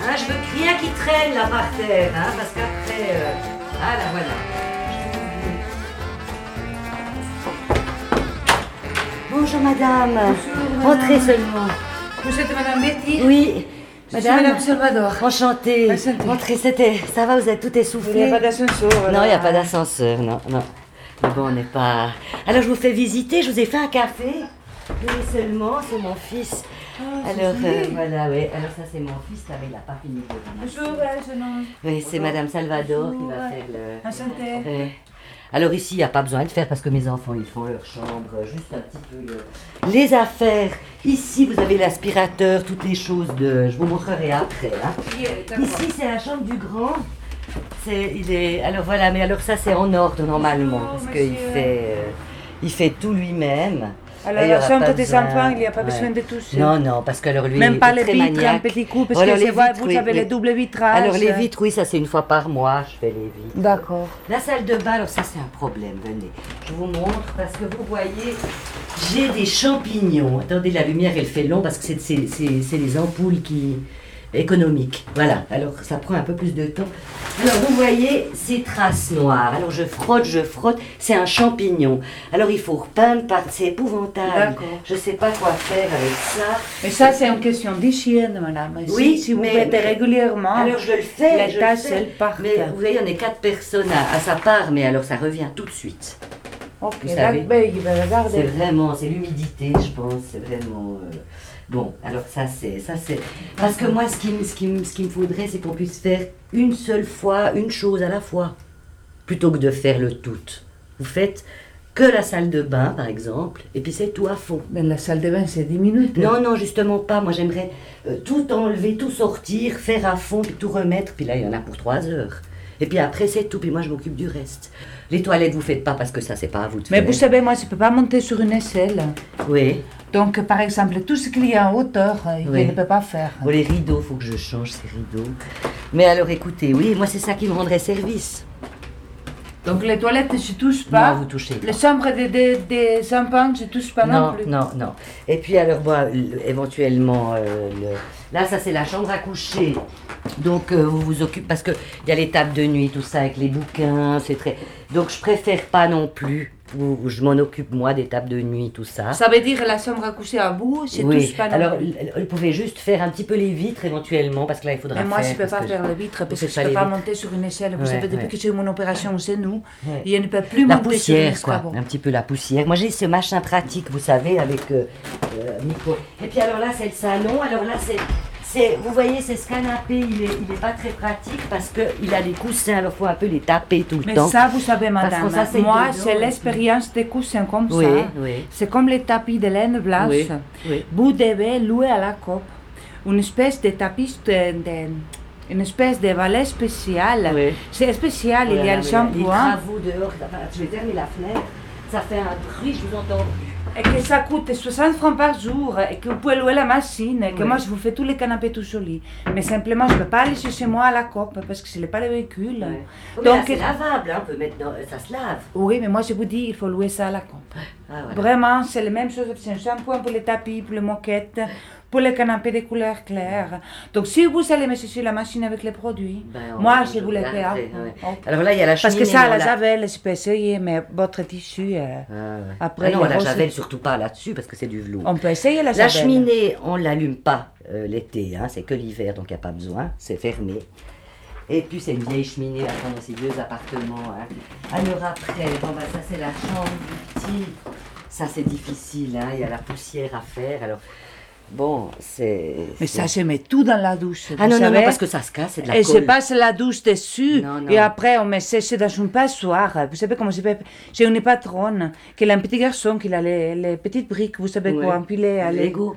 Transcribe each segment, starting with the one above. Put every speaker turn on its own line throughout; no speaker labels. Hein, je veux rien qui traîne là par terre, hein, parce qu'après. euh, Ah là voilà. Bonjour madame. Entrez seulement.
Vous êtes Madame Betty
Oui.
Je suis Madame Salvador.
Enchantée.
Enchantée.
Entrez, c'était. Ça va, vous êtes tout
Il n'y
essoufflé
a pas d'ascenseur.
Non, il n'y a pas d'ascenseur, non, non. Mais bon, on n'est pas. Alors, je vous fais visiter, je vous ai fait un café. Oui, seulement, c'est mon fils. Alors, euh, voilà, oui. Alors, ça, c'est mon fils, là, mais il n'a pas fini de venir.
Bonjour, euh, jeune homme.
Oui, c'est Madame Salvador qui va
Bonjour.
faire le.
Enchantée.
Euh, alors ici, il n'y a pas besoin de faire parce que mes enfants, ils font leur chambre, euh, juste un petit peu le- les affaires. Ici, vous avez l'aspirateur, toutes les choses de... Je vous montrerai après. hein.
Yeah, euh, d'accord.
Ici, c'est la chambre du grand. C'est, il est, alors voilà, mais alors ça, c'est en ordre normalement
Bonjour,
parce qu'il
monsieur. Ah
fait, euh, il fait tout lui-même.
Alors,
Et il y
la
aura
chambre
pas
des
besoin-
enfants, il n'y a pas
Ouais.
besoin de toucher.
Non, non, parce que alors lui, il
Même
est
pas les
très
vitres, un
maniaque. Oh,
petit coup, parce
Alors,
que
les
c'est vrai,
vitres,
vous
oui,
avez
oui.
les doubles vitrages.
Alors les vitres, oui, ça c'est une fois par mois, je fais les vitres.
D'accord.
La salle de bain, alors ça c'est un problème, venez. Je vous montre parce que vous voyez, j'ai des champignons. Attendez, la lumière elle fait long parce que c'est- c'est c'est- c'est les ampoules qui économiques. Voilà, alors ça prend un peu plus de temps. Alors vous voyez ces traces noires. Alors je frotte, je frotte, c'est un champignon. Alors il faut repeindre, par- c'est épouvantable.
D'accord.
Je sais pas quoi faire avec ça.
Mais ça, c'est une question d'hygiène, madame. Si-
Oui,
si vous
mais-
faites régulièrement.
Alors je le fais,
Ah, La
je le
tasse,
fais.
elle part.
Mais vous voyez, on est quatre personnes à, à sa part, mais alors ça revient tout de suite.
ok,
vous savez.
là, ben, il va
C'est
regarder.
vraiment, c'est l'humidité, je pense, c'est vraiment. euh, Bon, alors ça c'est, ça c'est, parce que moi ce qui, me- ce qui, me- ce qui me faudrait, c'est qu'on puisse faire une seule fois une chose à la fois, plutôt que de faire le tout. Vous faites que la salle de bain, par exemple, et puis c'est tout à fond.
Dans la salle de bain, c'est 10 minutes.
Non, non, justement pas. Moi, j'aimerais euh, tout enlever, tout sortir, faire à fond, puis tout remettre. Puis là, il y en a pour trois heures. Et puis après, c'est tout. Puis moi, je m'occupe du reste. Les toilettes, vous faites pas parce que ça, c'est pas à vous de
Mais
faire.
vous savez, moi, je ne peux pas monter sur une aisselle.
Oui.
Donc, par exemple, tout ce qu'il y a en hauteur, euh,
Oui.
je ne peux pas faire.
Oh, les rideaux, faut que je change ces rideaux. Mais alors, écoutez, oui, moi, c'est ça qui me rendrait service.
Donc, les toilettes, je ne touche pas.
Non, vous touchez pas.
Les chambres des, des, des enfants, je ne touche pas non,
non,
plus.
non, non. Et puis alors, moi, l- éventuellement, euh, le- là, ça c'est la chambre à coucher. Donc, euh, vous vous occupez parce que il y a les tables de nuit, tout ça avec les bouquins, c'est très. Donc, je préfère pas non plus. Ou je m'en occupe moi des tables de nuit, tout ça.
Ça veut dire la chambre à coucher à bout, je ne
oui.
touche pas non
alors,
plus.
l- vous pouvez juste faire un petit peu les vitres éventuellement parce que là, il faudra.
Mais moi, je ne peux
parce
pas
que
faire les vitres parce
Vous faites
que je
pas
ne peux
les
pas
vitres.
monter sur une échelle.
Ouais,
Vous savez, depuis
ouais.
que j'ai eu mon opération chez nous,
Ouais.
je ne peux plus
La
monter sur une
poussière, quoi.
escabeau.
Un petit peu la poussière. Moi, j'ai ce machin pratique, vous savez, avec euh, euh, micro. Et puis alors là, c'est le salon. Alors là, c'est, c'est, vous voyez, c'est ce canapé. Il est, il est pas très pratique parce que il a des coussins. Alors faut un peu les taper tout le
Mais
temps.
ça, vous savez,
Parce
madame,
que ça, c'est
moi,
dedans,
c'est
oui.
l'expérience des coussins comme
oui,
ça.
oui,
C'est comme les tapis de laine blanche.
oui, oui.
Vous devez louer à la COP une espèce de tapis, de- de- une espèce de valet spécial.
Oui.
C'est spécial, il y a le hein.
Les
shampoing.
travaux dehors. enfin, je vais fermer la fenêtre. Ça fait un bruit. Je vous entends.
Et que ça coûte 60 francs par jour, et que vous pouvez louer la machine, et que
Oui.
moi je vous fais tous les canapés tout jolis. Mais simplement, je ne peux pas aller chez moi à la COP parce que je n'ai pas le véhicule.
Ouais. Oh, mais là,
Donc, euh,
c'est lavable. hein, on peut mettre dans- ça se lave.
oui, mais moi je vous dis, il faut louer ça à la COP.
Ah, voilà.
Vraiment, c'est la même chose. C'est un shampoing pour les tapis, pour les moquettes, pour les canapés de couleur claire. Donc, si vous allez me chercher la machine avec les produits,
Ben, on-
moi,
on
je vous les
regarde
fais.
après,
avant.
ouais.
Ok.
Alors là, il y a la
Parce
cheminée.
que ça,
mais on
la
l'a-
javel, je peux essayer, mais votre tissu, euh,
Ah ouais.
Après,
Ah non,
il y a
la
aussi-
javel, surtout pas là-dessus, parce que c'est du velours.
on peut essayer la
La
javel.
cheminée, on l'allume pas euh, l'été, hein, c'est que l'hiver, donc il n'y a pas besoin, c'est fermé. Et puis c'est une vieille cheminée, là, dans ces vieux appartements. hein. Alors après, bon, bah, ça c'est la chambre du petit. Ça c'est difficile, hein, il y a la poussière à faire. Alors bon, c'est.
Mais
c'est-
ça, je mets tout dans la douche.
Ah
vous
non, non, non,
savez.
parce que ça se casse, c'est de la
Et je
colle.
passe la douche dessus,
Non, non.
et après on me sèche dans une passoire. Vous savez comment je fais J'ai une patronne, qui a un petit garçon, qui a les, les petites briques, vous savez
Ouais.
quoi, empilées à l'ego.
Lego. Mhm.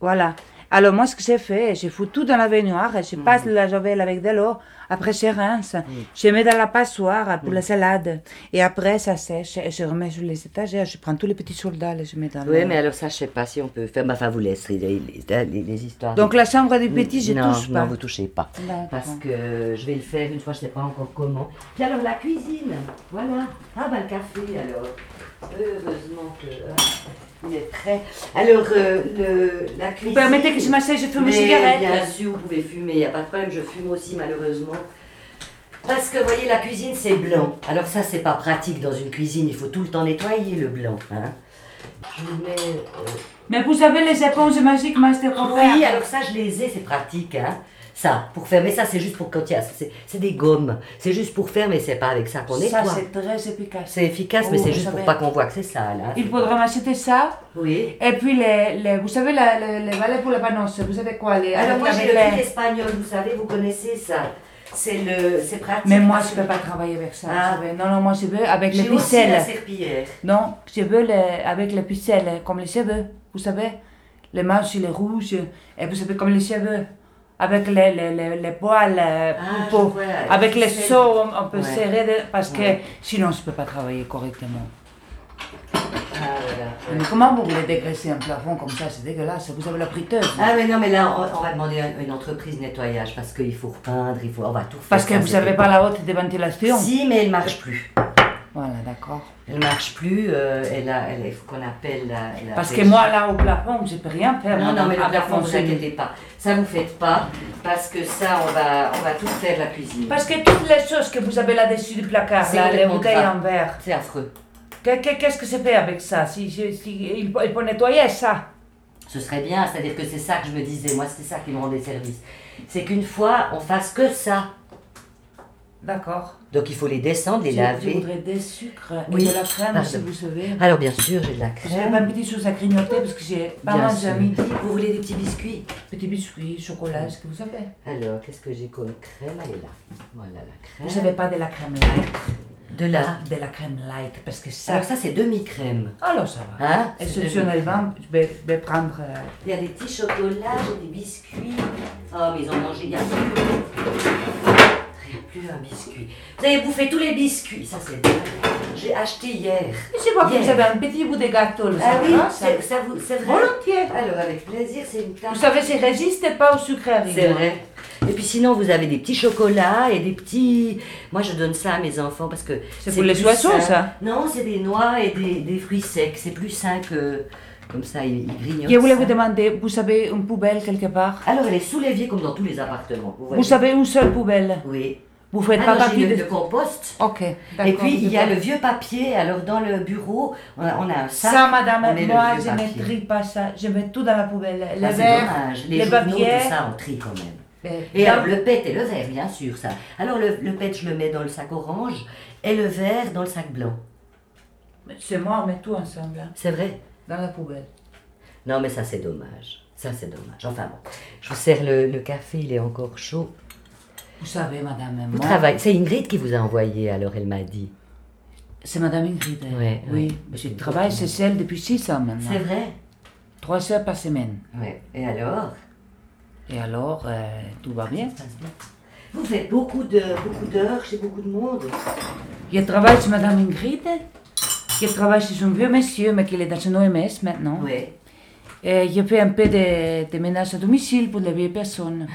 Voilà. Alors moi, ce que j'ai fait, j'ai foutu tout dans la baignoire, je passe la javel avec de l'eau, Après, je rince. Je mets dans la passoire pour la salade. Et après, ça sèche et je remets sur les étagères. Je prends tous les petits soldats et je mets dans
Oui,
le-
mais alors ça, je sais pas si on peut faire. Bah, Enfin, vous laisserez les, les- les- les histoires.
Donc, la chambre des petits, je
non,
touche
Non,
pas.
vous touchez pas.
D'accord.
Parce que je vais le faire une fois, je sais pas encore comment. Puis alors, la cuisine, voilà. Ah, bah, le café, alors. Heureusement que. euh, il est prêt. Alors, euh, le, la
Vous
cuisine.
permettez que je m'asseye, je fume une
Mais
cigarette.
Bien sûr, vous pouvez fumer, il n'y a pas de problème, je fume aussi malheureusement. Parce que, voyez, la cuisine, c'est blanc. Alors ça, c'est pas pratique dans une cuisine, il faut tout le temps nettoyer le blanc. hein. Je vous mets... euh,
Mais vous avez les éponges magiques, Master Robert
Oui, alors ça, je les ai, c'est pratique, hein. Ça, pour faire, mais ça, c'est juste pour quand il y a... C'est c'est des gommes. C'est juste pour faire, mais c'est pas avec ça qu'on
Ça,
nettoie.
c'est très efficace.
C'est efficace, mais
Oh,
c'est
vous
juste pour
savez.
pas qu'on voit que c'est sale. hein.
Il faudra m'acheter ça.
Oui.
Et puis, les, les- vous savez, la- les, les balais pour la panosse, vous savez quoi les,
Alors
avec
moi,
la
j'ai le
belle-
fil espagnol, vous savez, vous connaissez ça. C'est le... C'est pratique.
Mais moi, je ne peux pas travailler avec ça.
Ah.
vous savez. Non, non, moi, je veux avec les
J'ai aussi la
ficelles.
serpillière.
Non, je veux les- avec les ficelles, comme les cheveux, vous savez. Les manches, les rouges, et vous savez, comme les cheveux. Avec les, les, les, les poils, euh,
Ah, je
pour-
vois, les
avec les
ficelles.
seaux, on, on peut
Ouais.
serrer, de- parce
Ouais.
que sinon, je ne peux pas travailler correctement.
Ah, voilà.
Mais comment vous voulez dégraisser un plafond comme ça C'est dégueulasse, vous avez la friteuse.
Ah mais non mais là on, on va demander à une entreprise nettoyage parce qu'il faut repeindre, il faut on va tout faire.
Parce que
ça,
vous
c'est-
n'avez pas la haute de ventilation.
Si mais elle marche plus.
Voilà, d'accord.
Elle marche plus. euh, elle a, elle, il faut qu'on appelle la. la-
Parce que moi, là, au plafond, je ne peux rien faire.
Non non
madame, Ah,
mais le
à
plafond vous
c'est-
inquiétez pas. Ça vous faites pas parce que ça on va on va tout faire la cuisine.
Parce que toutes les choses que vous avez là-dessus du placard,
C'est
là, les
complètement
bouteilles
grave.
en verre,
C'est affreux.
que- que- qu'est-ce que c'est fait avec ça si, je- si- il, faut- il faut nettoyer ça.
Ce serait bien, c'est-à-dire que c'est ça que je me disais, moi c'est ça qui me rendait service. C'est qu'une fois on fasse que ça.
D'accord.
Donc il faut les descendre, les
Je, je
laver.
voudrais des sucres et
Oui,
de la crème,
pardon.
si vous savez.
Alors bien sûr j'ai de la
J'ai pas
crème.
une petite chose à grignoter parce que j'ai pas
Bien
mangé à
sûr.
midi.
Vous voulez des petits biscuits
Petits biscuits, chocolat, ce que vous savez.
Alors, qu'est-ce que j'ai comme crème Elle est là. Voilà la crème.
Vous n'avez pas de la crème light.
De là.
De la crème light parce que ça.
Alors ça, c'est demi-crème.
Alors ça va.
Hein C'est
Exceptionnellement, je vais, je vais prendre. euh,
demi-crème. Il y a des petits chocolats, j'ai des biscuits. Oh, mais ils ont mangé, il y a plus. Il y a plus un biscuit. Vous avez bouffé tous les biscuits. Ça, c'est dingue. J'ai acheté hier.
Je vois que
Hier.
vous avez un petit bout de gâteau. le
Ah oui,
savoir, ça.
c'est ça vous- c'est vrai.
Volontiers.
Alors, avec plaisir, c'est une
Vous
tarte.
savez, ça résiste pas aux sucreries.
C'est
hein.
vrai. Et puis sinon, vous avez des petits chocolats et des petits. Moi, je donne ça à mes enfants parce que.
C'est pour les
plus
oiseaux,
sain.
ça
Non, c'est des noix et des, des fruits secs. C'est plus sain que. Comme ça, ils, ils grignotent.
Je voulais
ça.
vous demander, vous avez une poubelle quelque part
Alors, elle est sous l'évier comme dans tous les appartements. Vous, voyez.
Vous avez une seule poubelle
Oui.
Vous faites
Ah
pas
non,
partie
j'ai le,
de...
le compost.
Ok,
Et
d'accord.
puis, il y a
je
le
vois.
vieux papier. Alors, dans le bureau, on a, on a un sac.
Ça, madame,
on met le
moi,
vieux
je
papier.
ne trie pas ça. Je mets tout dans la poubelle.
Ah,
Les
c'est
verres,
dommage. Les,
les
journaux,
papiers.
tout ça, on trie quand même.
les-
Et
dans-
alors, le pet et le verre, bien sûr, ça. Alors, le, le pet, je le mets dans le sac orange et le verre dans le sac blanc.
C'est moi, on met tout ensemble, hein,
C'est vrai
dans la poubelle.
Non, mais ça, c'est dommage. Ça, c'est dommage. Enfin bon, je vous sers le, le café, il est encore chaud.
Vous savez, madame,
Vous
moi...
travaillez. C'est Ingrid qui vous a envoyé, alors elle m'a dit.
C'est madame Ingrid. hein.
Ouais, ouais.
oui. mais Je travaille chez elle depuis 6 ans maintenant.
vrai
3 heures par semaine.
Ouais. Et alors
Et alors, euh, tout va bien
Ça se passe bien. Vous faites beaucoup de beaucoup d'heures chez beaucoup de monde.
Je travaille chez Madame Ingrid. Je travaille chez un vieux monsieur, mais qui est dans son OMS maintenant.
Ouais.
Et je fais un peu de, de ménage à domicile pour les vieilles personnes.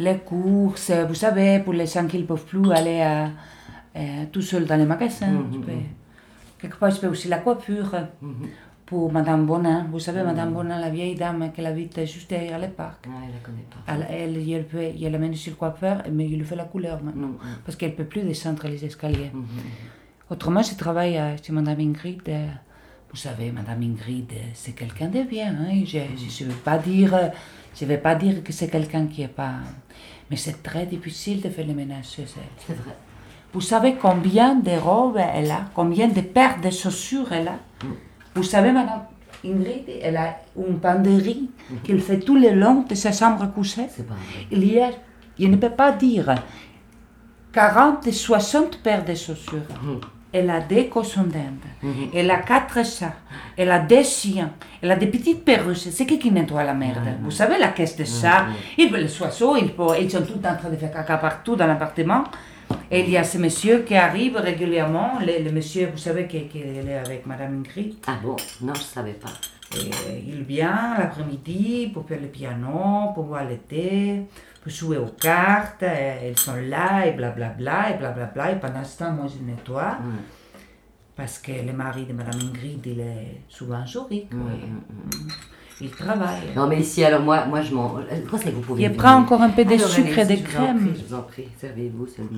Les courses, vous savez, pour les gens qui ne peuvent plus aller à- euh, tout seul dans les magasins. Je fais- Quelquefois, je fais aussi la coiffure
Mhm.
pour Madame Bonin. Vous savez, Madame Bonin, la vieille dame qui habite juste derrière le parc.
Non, elle la connaît pas.
Elle, elle, elle, fait- elle l'amène chez le coiffeur, mais il lui fait la couleur maintenant. Parce qu'elle ne peut plus descendre les escaliers.
Mhm.
Autrement, je travaille euh, chez Madame Ingrid. euh, Vous savez, Madame Ingrid, euh, c'est quelqu'un de bien. hein. Je ne veux pas dire, euh, je vais pas dire que c'est quelqu'un qui est pas. Mais c'est très difficile de faire le ménage chez elle.
C'est vrai.
Vous savez combien de robes elle a, combien de paires de chaussures elle a. Vous savez, Madame Ingrid, elle a une penderie qu'elle fait tout le long de sa chambre à coucher.
Mhm. C'est pas vrai.
Il y a, je ne peux pas dire, 40 et 60 paires de chaussures. elle a des cochons d'Inde, elle a quatre chats, elle a des chiens, elle a des petites perruches. C'est qui qui nettoie la merde Vous savez, la caisse de chats, il peut les oiseaux, il peut, ils sont tout en train de faire caca partout dans l'appartement. Et il y a ce monsieur qui arrive régulièrement, le, le monsieur, vous savez, qui, qui est avec Madame Ingrid.
Ah bon Non, je savais pas.
Et il vient l'après-midi pour faire le piano, pour boire le thé, pour jouer aux cartes. et Elles sont là et blablabla et blablabla. Et pendant ce temps, moi, je nettoie. Parce que le mari de Madame Ingrid, il est souvent sourique. Il travaille.
Non, mais ici, alors moi, moi je m'en. Je pense que vous pouvez.
Il
venir.
prend encore un peu de
Alors,
sucre et de
Alexis, je vous en
crème.
prie, Je vous en prie, servez-vous seulement.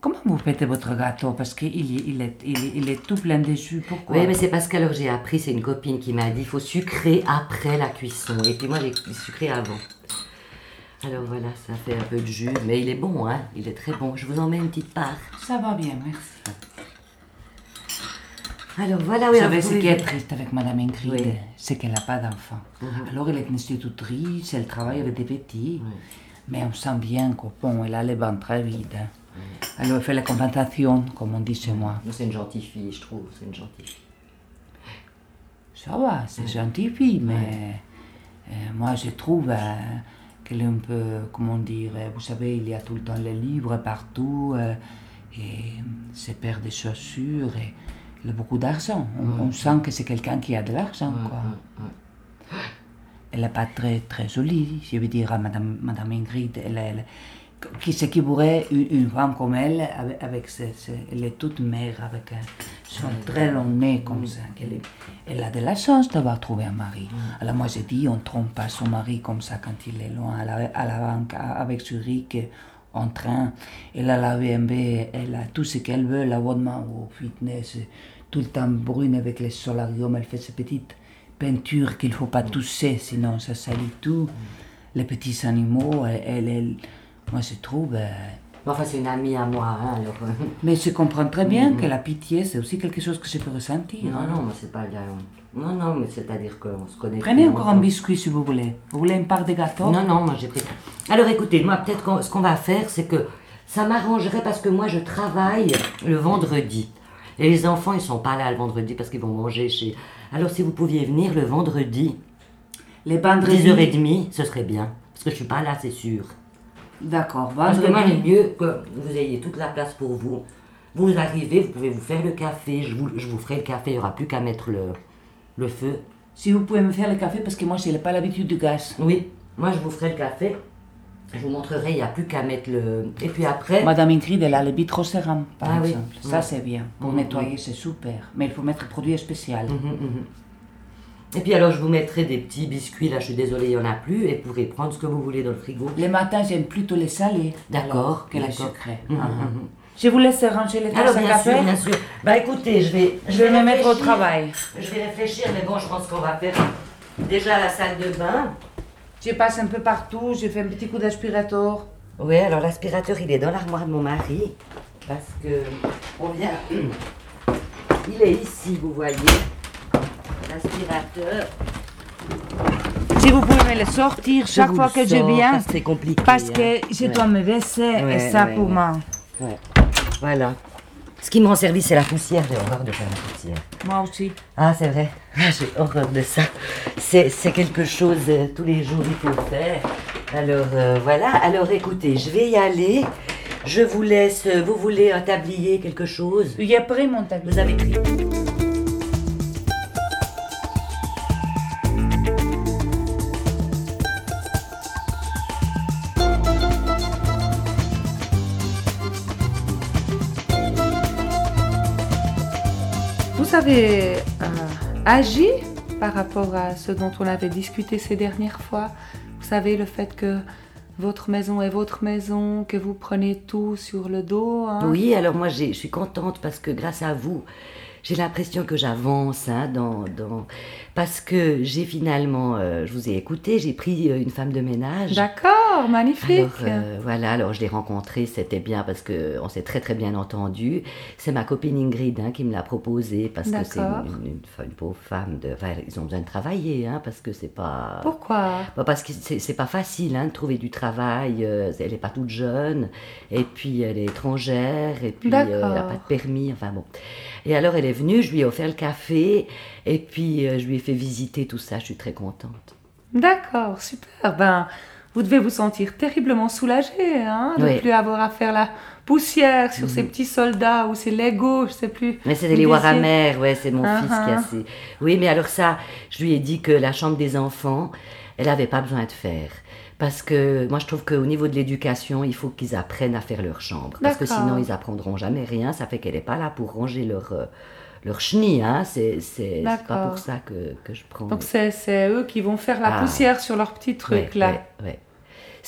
Comment vous pétez votre gâteau Parce qu'il y- il est, il, est- il est tout plein de jus. Pourquoi
Oui, mais c'est parce qu'alors j'ai appris, c'est une copine qui m'a dit, il faut sucrer après la cuisson. Et puis moi, j'ai sucré avant. Alors voilà, ça fait un peu de jus, mais il est bon, hein. Il est très bon. Je vous en mets une petite part.
Ça va bien, merci.
Alors voilà, oui.
Vous savez
alors,
ce
vous
qui est
pouvez-
triste avec Madame Ingrid,
Oui.
c'est qu'elle n'a pas d'enfant. Alors elle est une institutrice, elle travaille avec des petits, mais on sent bien qu'au pont, elle a les bancs très vides. hein. Alors elle fait la compensation, comme on dit chez moi.
Non, C'est une gentille fille, je trouve. C'est une gentille fille.
Ça va, c'est gentil, fille, mais euh, moi je trouve euh, qu'elle est un peu, comment dire, euh, vous savez, il y a tout le temps les livres partout, euh, et ses paires de chaussures, et elle a beaucoup d'argent. On, on sent que c'est quelqu'un qui a de l'argent, quoi. Elle n'est pas très, très jolie, je veux dire, à Madame, Madame Ingrid, elle, elle- qui c'est qui pourrait une, une femme comme elle, avec, avec ses- ses- elle est toute mère, avec un- son très long nez comme ça. qu'elle est- elle a de la chance d'avoir trouvé un mari. Alors moi j'ai dit, on ne trompe pas son mari comme ça quand il est loin, à la, à la banque, à- avec Zurich, en train. Elle a la VMB, elle a tout ce qu'elle veut, l'abonnement au fitness, tout le temps brune avec les solariums, elle fait ses petites peinture qu'il faut pas
Mm.
toucher, sinon ça salit tout. Les petits animaux, elle, elle- elle- moi je trouve. euh,
Bon, Enfin, c'est une amie à moi, hein, alors. euh,
Mais je comprends très bien
Mm-hmm.
que la pitié, c'est aussi quelque chose que je peux ressentir. hein.
Non, non, moi, c'est pas la honte. Non, non, mais c'est-à-dire qu'on se connaît.
Prenez
depuis
encore un
longtemps.
biscuit si vous voulez. Vous voulez une part de gâteau
Non, non, moi j'ai pris. Alors écoutez, moi peut-être qu'on- ce qu'on va faire, c'est que ça m'arrangerait parce que moi je travaille le vendredi. Et les enfants, ils sont pas là le vendredi parce qu'ils vont manger chez. Alors si vous pouviez venir le vendredi,
Les vendredis.
10h30, ce serait bien. Parce que je suis pas là, c'est sûr.
D'accord,
Parce que moi, j'aime
vendredi.
mieux que vous ayez toute la place pour vous. Vous arrivez, vous pouvez vous faire le café, je vous, je vous ferai le café, il n'y aura plus qu'à mettre le, le feu.
Si vous pouvez me faire le café, parce que moi je n'ai pas l'habitude du gaz.
Oui, moi je vous ferai le café, je vous montrerai, il n'y a plus qu'à mettre le. Et puis après.
Madame Ingrid, elle a le bitroceram, par
Ah oui.
exemple. Ça
Ouais. Mm-hmm.
c'est bien. Pour nettoyer, c'est super. Mais il faut mettre produit spécial.
Et puis alors, je vous mettrai des petits biscuits, là, je suis désolée, il n'y en a plus, et vous pourrez prendre ce que vous voulez dans le frigo.
Les matins, j'aime plutôt les salés.
D'accord,
Que les
d'accord.
sucrés. Ah, ah. Je vous laisse ranger les tasses
Alors,
à
bien
café.
sûr, bien sûr. Bah écoutez, je vais...
Je vais me mettre au
réfléchir.
travail.
Je vais réfléchir, mais bon, je pense qu'on va faire déjà la salle de bain.
Je passe un peu partout, je fais un petit coup d'aspirateur.
Oui, alors l'aspirateur, il est dans l'armoire de mon mari, parce que on vient... Il est ici, vous voyez, l'aspirateur.
Si vous pouvez me les sortir chaque
vous
fois
le
que je
sors,
viens,
parce que c'est compliqué,
Parce
hein.
que je
Ouais.
dois me baisser et
Ouais,
ça
ouais,
pour
ouais.
moi.
Ouais. Voilà. Ce qui me rend service, c'est la poussière. J'ai horreur de faire la poussière.
Moi aussi.
Ah, c'est vrai. Ah, J'ai horreur de ça. C'est c'est quelque chose, euh, tous les jours, il faut faire. Alors, euh, voilà. Alors, écoutez, je vais y aller. Je vous laisse. euh, Vous voulez un tablier, quelque chose
J'ai pris mon tablier.
Vous avez pris
Vous avez euh, agi par rapport à ce dont on avait discuté ces dernières fois. Vous savez, le fait que votre maison est votre maison, que vous prenez tout sur le dos.
Ah,
hein.
Oui, alors moi j'ai- je suis contente parce que grâce à vous, j'ai l'impression que j'avance hein, dans, dans- parce que j'ai finalement, euh, je vous ai écouté, j'ai pris euh, une femme de ménage.
D'accord. D'accord, magnifique.
Alors, euh, voilà, alors je l'ai rencontrée, c'était bien parce que on s'est très très bien entendu. C'est ma copine Ingrid hein, qui me l'a proposé parce que c'est
D'accord.
une, une, une pauvre femme. De, enfin, ils ont besoin de travailler hein, parce que c'est pas.
Pourquoi
Bah, parce que c'est c'est pas facile hein, de trouver du travail. euh, elle est pas toute jeune, et puis elle est étrangère, et puis euh, elle n'a
D'accord.
pas de permis. Enfin bon. Et alors elle est venue, je lui ai offert le café, et puis euh, je lui ai fait visiter tout ça. Je suis très contente.
D'accord, super. Ben, vous devez vous sentir terriblement soulagé, hein, de
Oui.
plus avoir à faire la poussière sur
Mm-hmm.
ces petits soldats ou ces Legos, je sais plus.
Mais c'était les
Vous disiez-
Warhammer, ouais, c'est mon
Ah,
fils qui
ah.
a ces- Oui, mais alors ça, je lui ai dit que la chambre des enfants, elle n'avait pas besoin de faire. Parce que moi, je trouve qu'au niveau de l'éducation, il faut qu'ils apprennent à faire leur chambre. Parce que
D'accord.
sinon, ils apprendront jamais rien. Ça fait qu'elle n'est pas là pour ranger leur, euh, leur chenille. Hein. C'est c'est- c'est pas
D'accord.
pour ça que, que je prends.
Donc c'est, c'est eux qui vont faire la
Ah.
poussière sur leurs petits trucs
Ouais,
là.
ouais, ouais.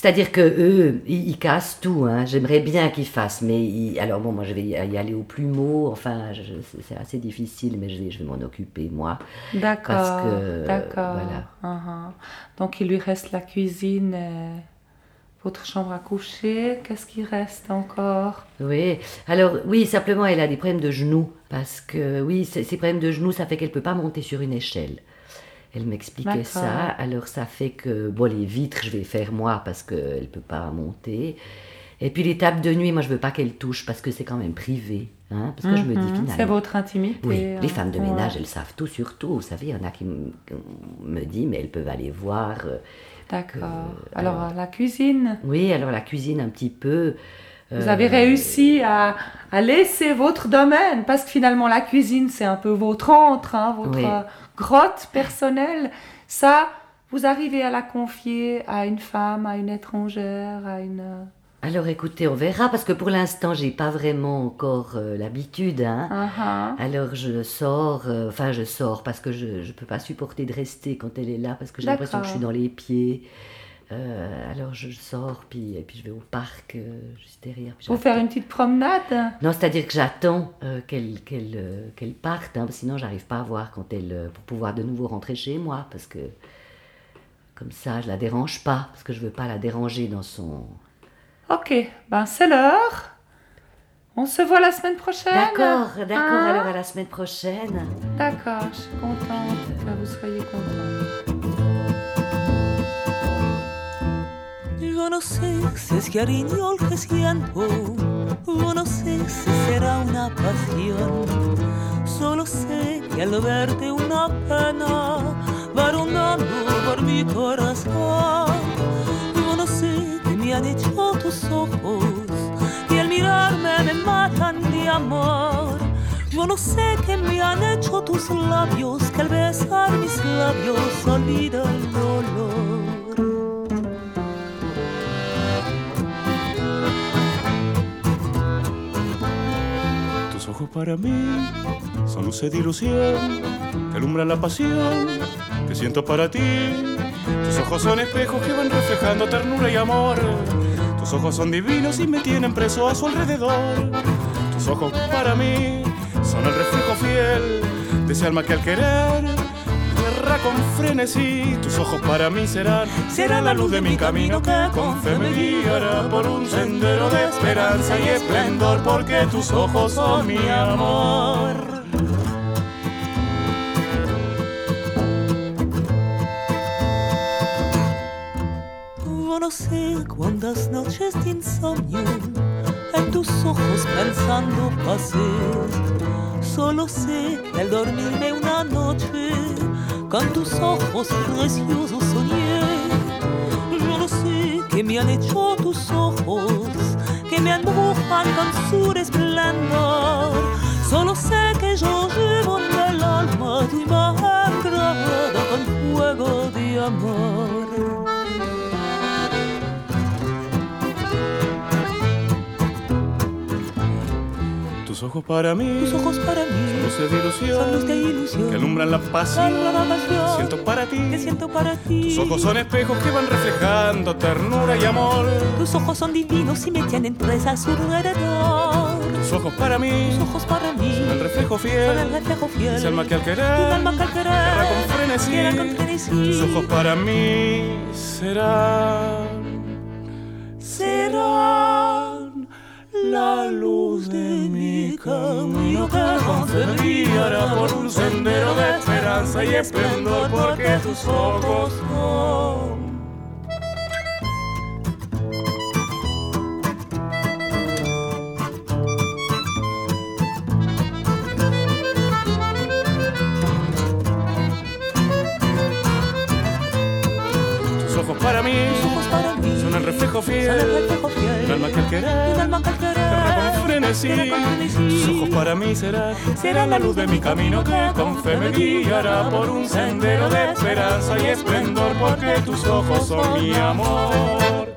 C'est-à-dire que eux, ils, ils cassent tout. hein. J'aimerais bien qu'ils fassent, mais ils- alors bon, moi je vais y y aller au plumeau. Enfin, je- je- c'est- c'est assez difficile, mais je vais, je vais m'en occuper moi.
D'accord.
Parce que,
D'accord.
voilà.
Uhum. Donc il lui reste la cuisine, euh, votre chambre à coucher. Qu'est-ce qui reste encore
Oui. Alors oui, simplement, elle a des problèmes de genoux parce que oui, ces ces problèmes de genoux, ça fait qu'elle peut pas monter sur une échelle. Elle m'expliquait
D'accord.
ça. Alors ça fait que bon, les vitres, je vais faire moi parce qu'elle peut pas monter. Et puis les tables de nuit, moi je veux pas qu'elle touche parce que c'est quand même privé. Hein, parce que je me dis
Mhm.
finalement.
C'est votre intimité.
Oui,
hein.
les femmes de
Ouais.
ménage, elles savent tout sur tout. Vous savez, il y en a qui m- qui me disent, mais elles peuvent aller voir. euh,
D'accord.
Euh,
alors,
alors-
la cuisine.
Oui, alors la cuisine un petit peu. euh,
Vous avez réussi à, à laisser votre domaine parce que finalement la cuisine c'est un peu votre antre, hein, votre
Oui.
euh, grotte personnelle. Ça, vous arrivez à la confier à une femme, à une étrangère, à une. euh,
Alors écoutez, on verra, parce que pour l'instant, j'ai pas vraiment encore euh, l'habitude. hein.
ah, ah.
Alors je sors, euh, enfin je sors parce que je ne peux pas supporter de rester quand elle est là, parce que j'ai
D'accord.
l'impression que je suis dans les pieds. Euh, alors je sors, puis, et puis je vais au parc, euh, juste derrière. puis
Pour
j'attends.
faire une petite promenade.
Non, c'est-à-dire que j'attends euh, qu'elle qu'elle, euh, qu'elle parte, hein, sinon j'arrive pas à voir quand elle euh, pour pouvoir de nouveau rentrer chez moi parce que comme ça je la dérange pas parce que je veux pas la déranger dans son.
Ok, ben c'est l'heure. On se voit la semaine prochaine.
D'accord, d'accord.
Hein
Alors à la semaine prochaine.
D'accord, je suis contente que vous soyez contents.
Yo no sé si es cariño el que siento, yo no sé si será una pasión. Solo sé que al verte una pena va rondando por mi corazón. Yo no sé que me han hecho tus ojos y al mirarme me matan de amor. Yo no sé que me han hecho tus labios, que al besar mis labios olvida el dolor.
Tus ojos para mí son luces de ilusión que alumbran la pasión que siento para ti. Tus ojos son espejos que van reflejando ternura y amor. Tus ojos son divinos y me tienen preso a su alrededor. Tus ojos para mí son el reflejo fiel de ese alma que al querer guerra con frenesí. Tus ojos para mí serán, será la luz de mi camino que con fe me guiará por un sendero de esperanza y esplendor porque tus ojos son mi amor.
Yo no sé cuántas noches de insomnio en tus ojos pensando pasé. Solo sé que al dormirme una noche con tus ojos preciosos soñé. Yo no sé que me han hecho tus ojos, que me embrujan con su resplandor. Solo sé que yo llevo en el alma tu imagen grabada con fuego de amor.
Tus ojos para mí
Tus ojos para mí
luces de
son luz de
ilusión
ilusión.
que alumbran la
Alumbran la
pasión
pasión.
siento para ti.
que siento para ti.
Tus ojos son espejos que van reflejando ternura y amor.
Tus ojos son divinos y me tienen presa a su alrededor.
Tus ojos para mí
Tus ojos para mí
son el reflejo
son el
fiel
reflejo fiel.
Es alma que al querer
Tu alma que al querer
guerra con frenesí.
guerra con frenesí.
Tus ojos para mí serán
serán la luz de mi camino que confundía por un sendero de esperanza y esplendor porque tus ojos son
Tus ojos para mí
tus ojos para mí
son el reflejo
son el
fiel
reflejo fiel
del alma que al
de un
querer
alma que al querer
Te con el frenesí.
llena con frenesí.
Tus ojos para mí será, será la luz de mi camino que con fe me guiará por un sendero de esperanza y esplendor porque tus ojos son mi amor.